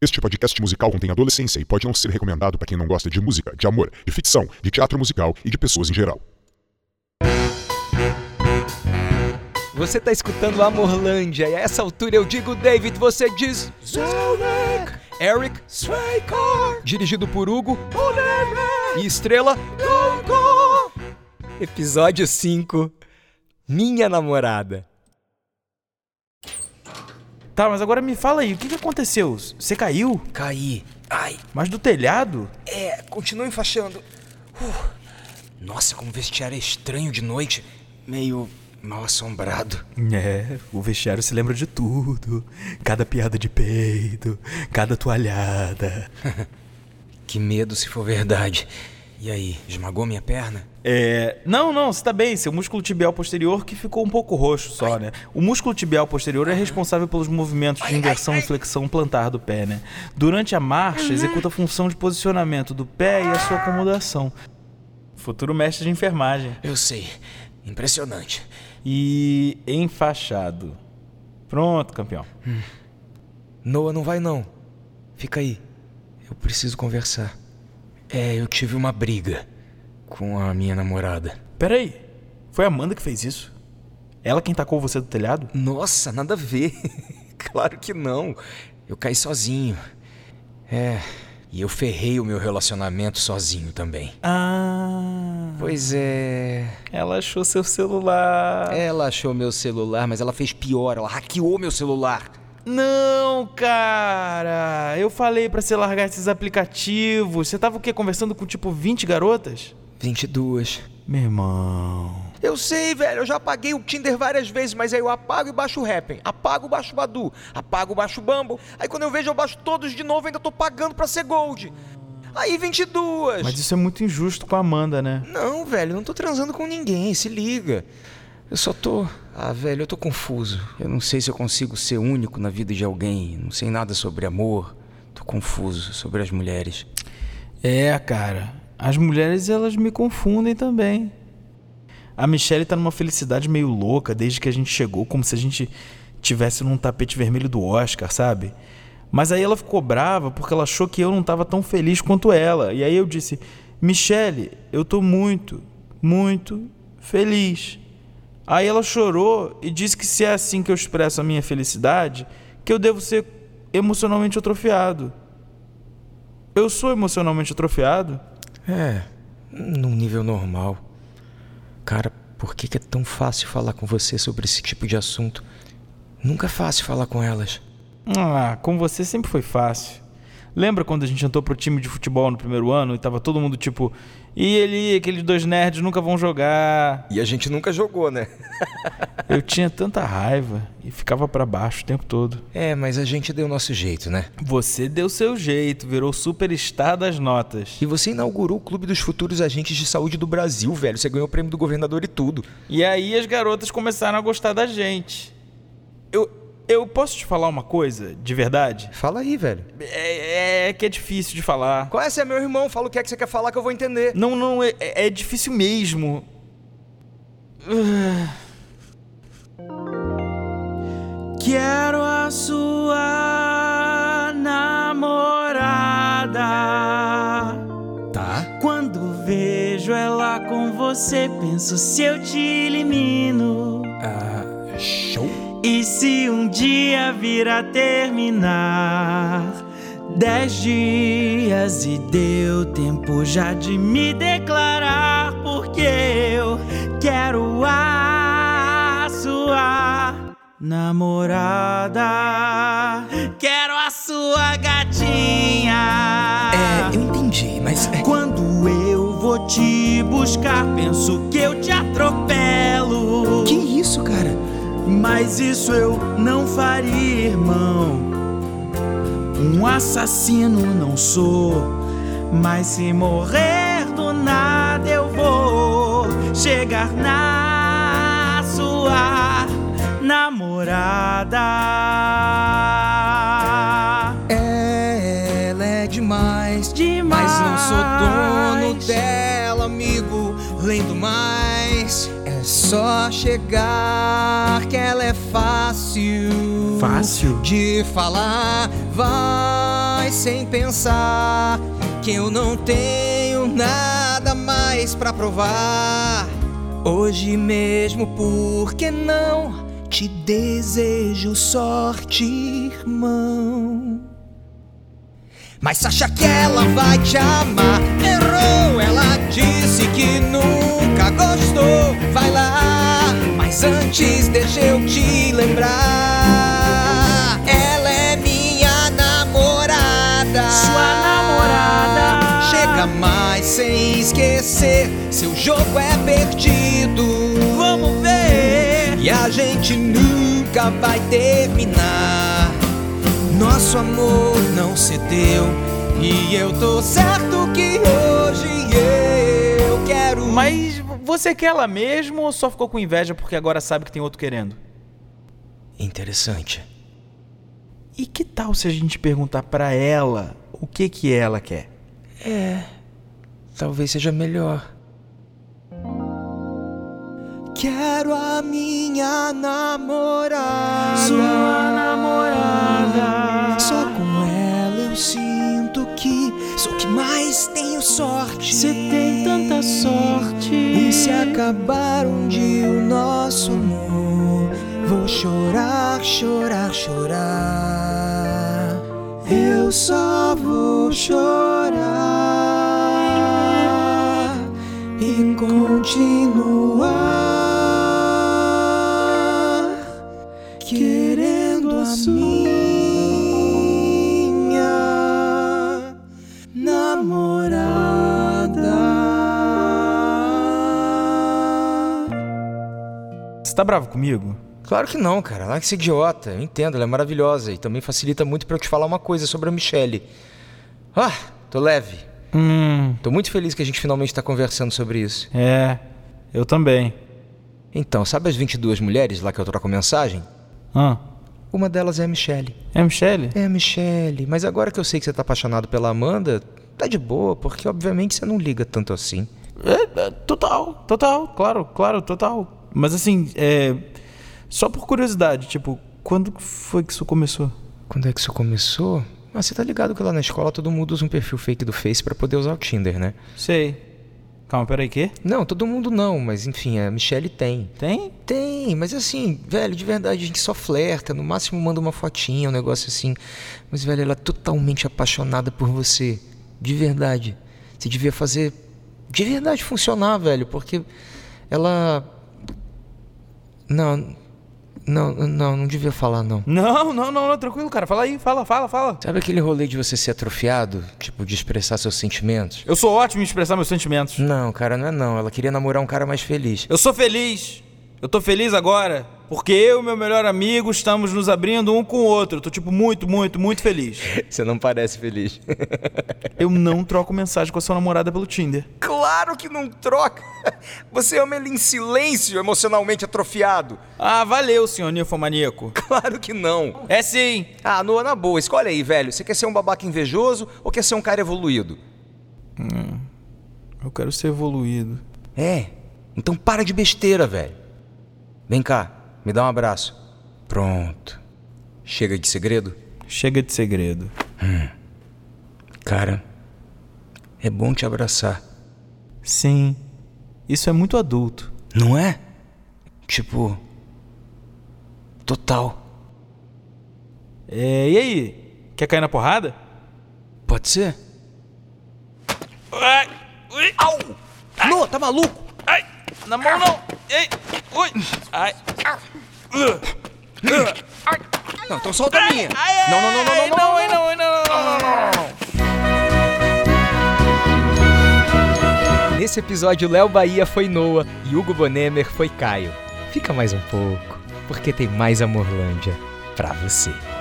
Este podcast musical contém adolescência e pode não ser recomendado para quem não gosta de música, de amor, de ficção, de teatro musical e de pessoas em geral. Você tá escutando a Morlândia e a essa altura eu digo David, você diz Zorek, Eric Swaycor, dirigido por Hugo e estrela Gongo. Episódio 5 Minha namorada. Tá, mas agora me fala aí, o que, que aconteceu? Você caiu? Caí. Ai, Mas do telhado? é, continua enfaixando. Uh, Nossa, como o vestiário é estranho de noite. Meio mal assombrado. É, o vestiário se lembra de tudo. Cada piada de peido, cada toalhada. Que medo se for verdade. E aí, esmagou minha perna? É. Não, não, você tá bem. Seu músculo tibial posterior que ficou um pouco roxo só, né? O músculo tibial posterior é responsável pelos movimentos de inversão e flexão plantar do pé, né? Durante a marcha, executa a função de posicionamento do pé e a sua acomodação. Futuro mestre de enfermagem. Eu sei. Impressionante. E enfaixado. Pronto, campeão. Noah, não vai não. Fica aí. Eu preciso conversar. É, eu tive uma briga com a minha namorada. Peraí, foi a Amanda que fez isso? Ela quem tacou você do telhado? Nossa, nada a ver. claro que não. Eu caí sozinho. É, e eu ferrei o meu relacionamento sozinho também. Ah, Pois é. ela achou seu celular. Ela achou meu celular, mas ela fez pior. Ela hackeou meu celular. Não, cara! Eu falei pra você largar esses aplicativos. Você tava o quê? Conversando com tipo 20 garotas? 22. Meu irmão. Eu sei, velho. Eu já apaguei o Tinder várias vezes, mas aí eu apago e baixo o Happn. Apago, baixo o Badu. Apago, baixo o Bumble. Aí quando eu vejo, eu baixo todos de novo e ainda tô pagando pra ser Gold. Aí 22. Mas isso é muito injusto com a Amanda, né? Não, velho, eu não tô transando com ninguém, se liga. Eu só tô. Ah, velho, eu tô confuso. Eu não sei se eu consigo ser único na vida de alguém. Não sei nada sobre amor. Tô confuso sobre as mulheres. É, cara. As mulheres, elas me confundem também. A Michelle tá numa felicidade meio louca desde que a gente chegou, como se a gente tivesse num tapete vermelho do Oscar, sabe? Mas aí ela ficou brava porque ela achou que eu não tava tão feliz quanto ela. E aí eu disse: Michelle, eu tô muito, muito feliz. Aí ela chorou e disse que se é assim que eu expresso a minha felicidade, que eu devo ser emocionalmente atrofiado. Eu sou emocionalmente atrofiado? É, num nível normal. Cara, por que, que é tão fácil falar com você sobre esse tipo de assunto? Nunca é fácil falar com elas. Ah, com você sempre foi fácil. Lembra quando a gente entrou pro time de futebol no primeiro ano e tava todo mundo tipo, e ele, aqueles dois nerds nunca vão jogar. E a gente nunca jogou, né? Eu tinha tanta raiva e ficava pra baixo o tempo todo. É, mas a gente deu o nosso jeito, né? Você deu seu jeito, virou superstar das notas. E você inaugurou o Clube dos Futuros Agentes de Saúde do Brasil, velho. Você ganhou o prêmio do governador e tudo. E aí as garotas começaram a gostar da gente. Eu eu posso te falar uma coisa, de verdade? Fala aí, velho. É, é que é difícil de falar. Conhece é meu irmão, fala o que é que você quer falar que eu vou entender. Não, não, é, é é difícil mesmo. Quero a sua namorada. Tá? Quando vejo ela com você, penso se eu te elimino. Ah, show. E se um dia vir a terminar? Dez dias e deu tempo já de me declarar, porque eu quero a sua namorada, quero a sua gatinha. É, eu entendi, mas. é- Quando eu vou te buscar, penso que eu te atropelo. Que isso, cara? Mas isso eu não faria, irmão. Um assassino não sou, mas se morrer do nada eu vou chegar na sua namorada. É, ela é demais. Demais. Mas não sou dono dela, amigo. Além do mais, é só chegar que ela é fácil. Fácil? De falar, vai mas sem pensar que eu não tenho nada mais pra provar. Hoje mesmo, por que não? Te desejo sorte, irmão. Mas se acha que ela vai te amar, errou. Ela disse que nunca gostou. Vai lá, mas antes deixa eu te lembrar. Ela é minha namorada. Sua namorada. Chega mais sem esquecer. Seu jogo é perdido. Vamos ver. E a gente nunca vai terminar. Nosso amor não cedeu e eu tô certo que hoje eu quero Mas você quer ela mesmo ou só ficou com inveja porque agora sabe que tem outro querendo? Interessante. E que tal se a gente perguntar pra ela o que que ela quer? Talvez seja melhor. quero a minha namorada. namorada. Só com ela eu sinto que sou o que mais tenho sorte. E se é acabar um dia o nosso amor, vou chorar, chorar, chorar. Eu só vou chorar e continuar querendo a minha namorada. Você tá bravo comigo? Claro que não, cara. Ela é que é idiota. Eu entendo, ela é maravilhosa. E também facilita muito pra eu te falar uma coisa sobre a Michelle. Ah, tô leve. Hum, Tô muito feliz que a gente finalmente tá conversando sobre isso. é. Eu também. Então, sabe as 22 mulheres lá que eu troco mensagem? Ah, Uma delas é a Michelle. é a Michelle? É, Michelle, mas agora que eu sei que você tá apaixonado pela Amanda, tá de boa, porque obviamente você não liga tanto assim. É, é, total, total, claro, claro, total. Mas assim, é. Só por curiosidade, tipo, quando foi que isso começou? Quando é que isso começou? Ah, você tá ligado que lá na escola todo mundo usa um perfil fake do Face pra poder usar o Tinder, né? Sei. Calma, peraí, quê? Não, todo mundo não, mas enfim, a Michelle tem. Tem? Tem, mas assim, velho, de verdade, a gente só flerta, no máximo manda uma fotinha, um negócio assim. Mas, velho, ela é totalmente apaixonada por você. De verdade. Você devia fazer de verdade funcionar, velho, porque ela. Não, não, não, não devia falar, não. Não, não, não, não, tranquilo, cara. Fala aí, fala, fala, fala. Sabe aquele rolê de você ser atrofiado? Tipo, de expressar seus sentimentos? Eu sou ótimo em expressar meus sentimentos. Não, cara, não é não. Ela queria namorar um cara mais feliz. Eu sou feliz. Eu tô feliz agora. Porque eu e meu melhor amigo estamos nos abrindo um com o outro. Eu tô, tipo, muito, muito, muito feliz. Você não parece feliz. Eu não troco mensagem com a sua namorada pelo Tinder. Claro que não troca! Você ama ele em silêncio, emocionalmente atrofiado. Ah, valeu, senhor ninfomaníaco. Claro que não. É sim. Ah, Noah, na boa, escolhe aí, velho. Você quer ser um babaca invejoso ou quer ser um cara evoluído? Eu quero ser evoluído. É. Então para de besteira, velho. Vem cá, me dá um abraço. Pronto. Chega de segredo? Chega de segredo. Cara, é bom te abraçar. Sim. Isso é muito adulto. Não é? Tipo. Total. É, e aí? Quer cair na porrada? Pode ser? Au! Noah, tá maluco? Na mão não! Ei! Ui! Ai! Hum. Não, então solta a minha. Ai, Não, não, não, não, ai, não, não, ai, não, ai, não, não, não, não, não. Nesse episódio, Léo Bahia foi Noah e Hugo Bonemer foi Caio. Fica mais um pouco, porque tem mais Amorlândia pra você.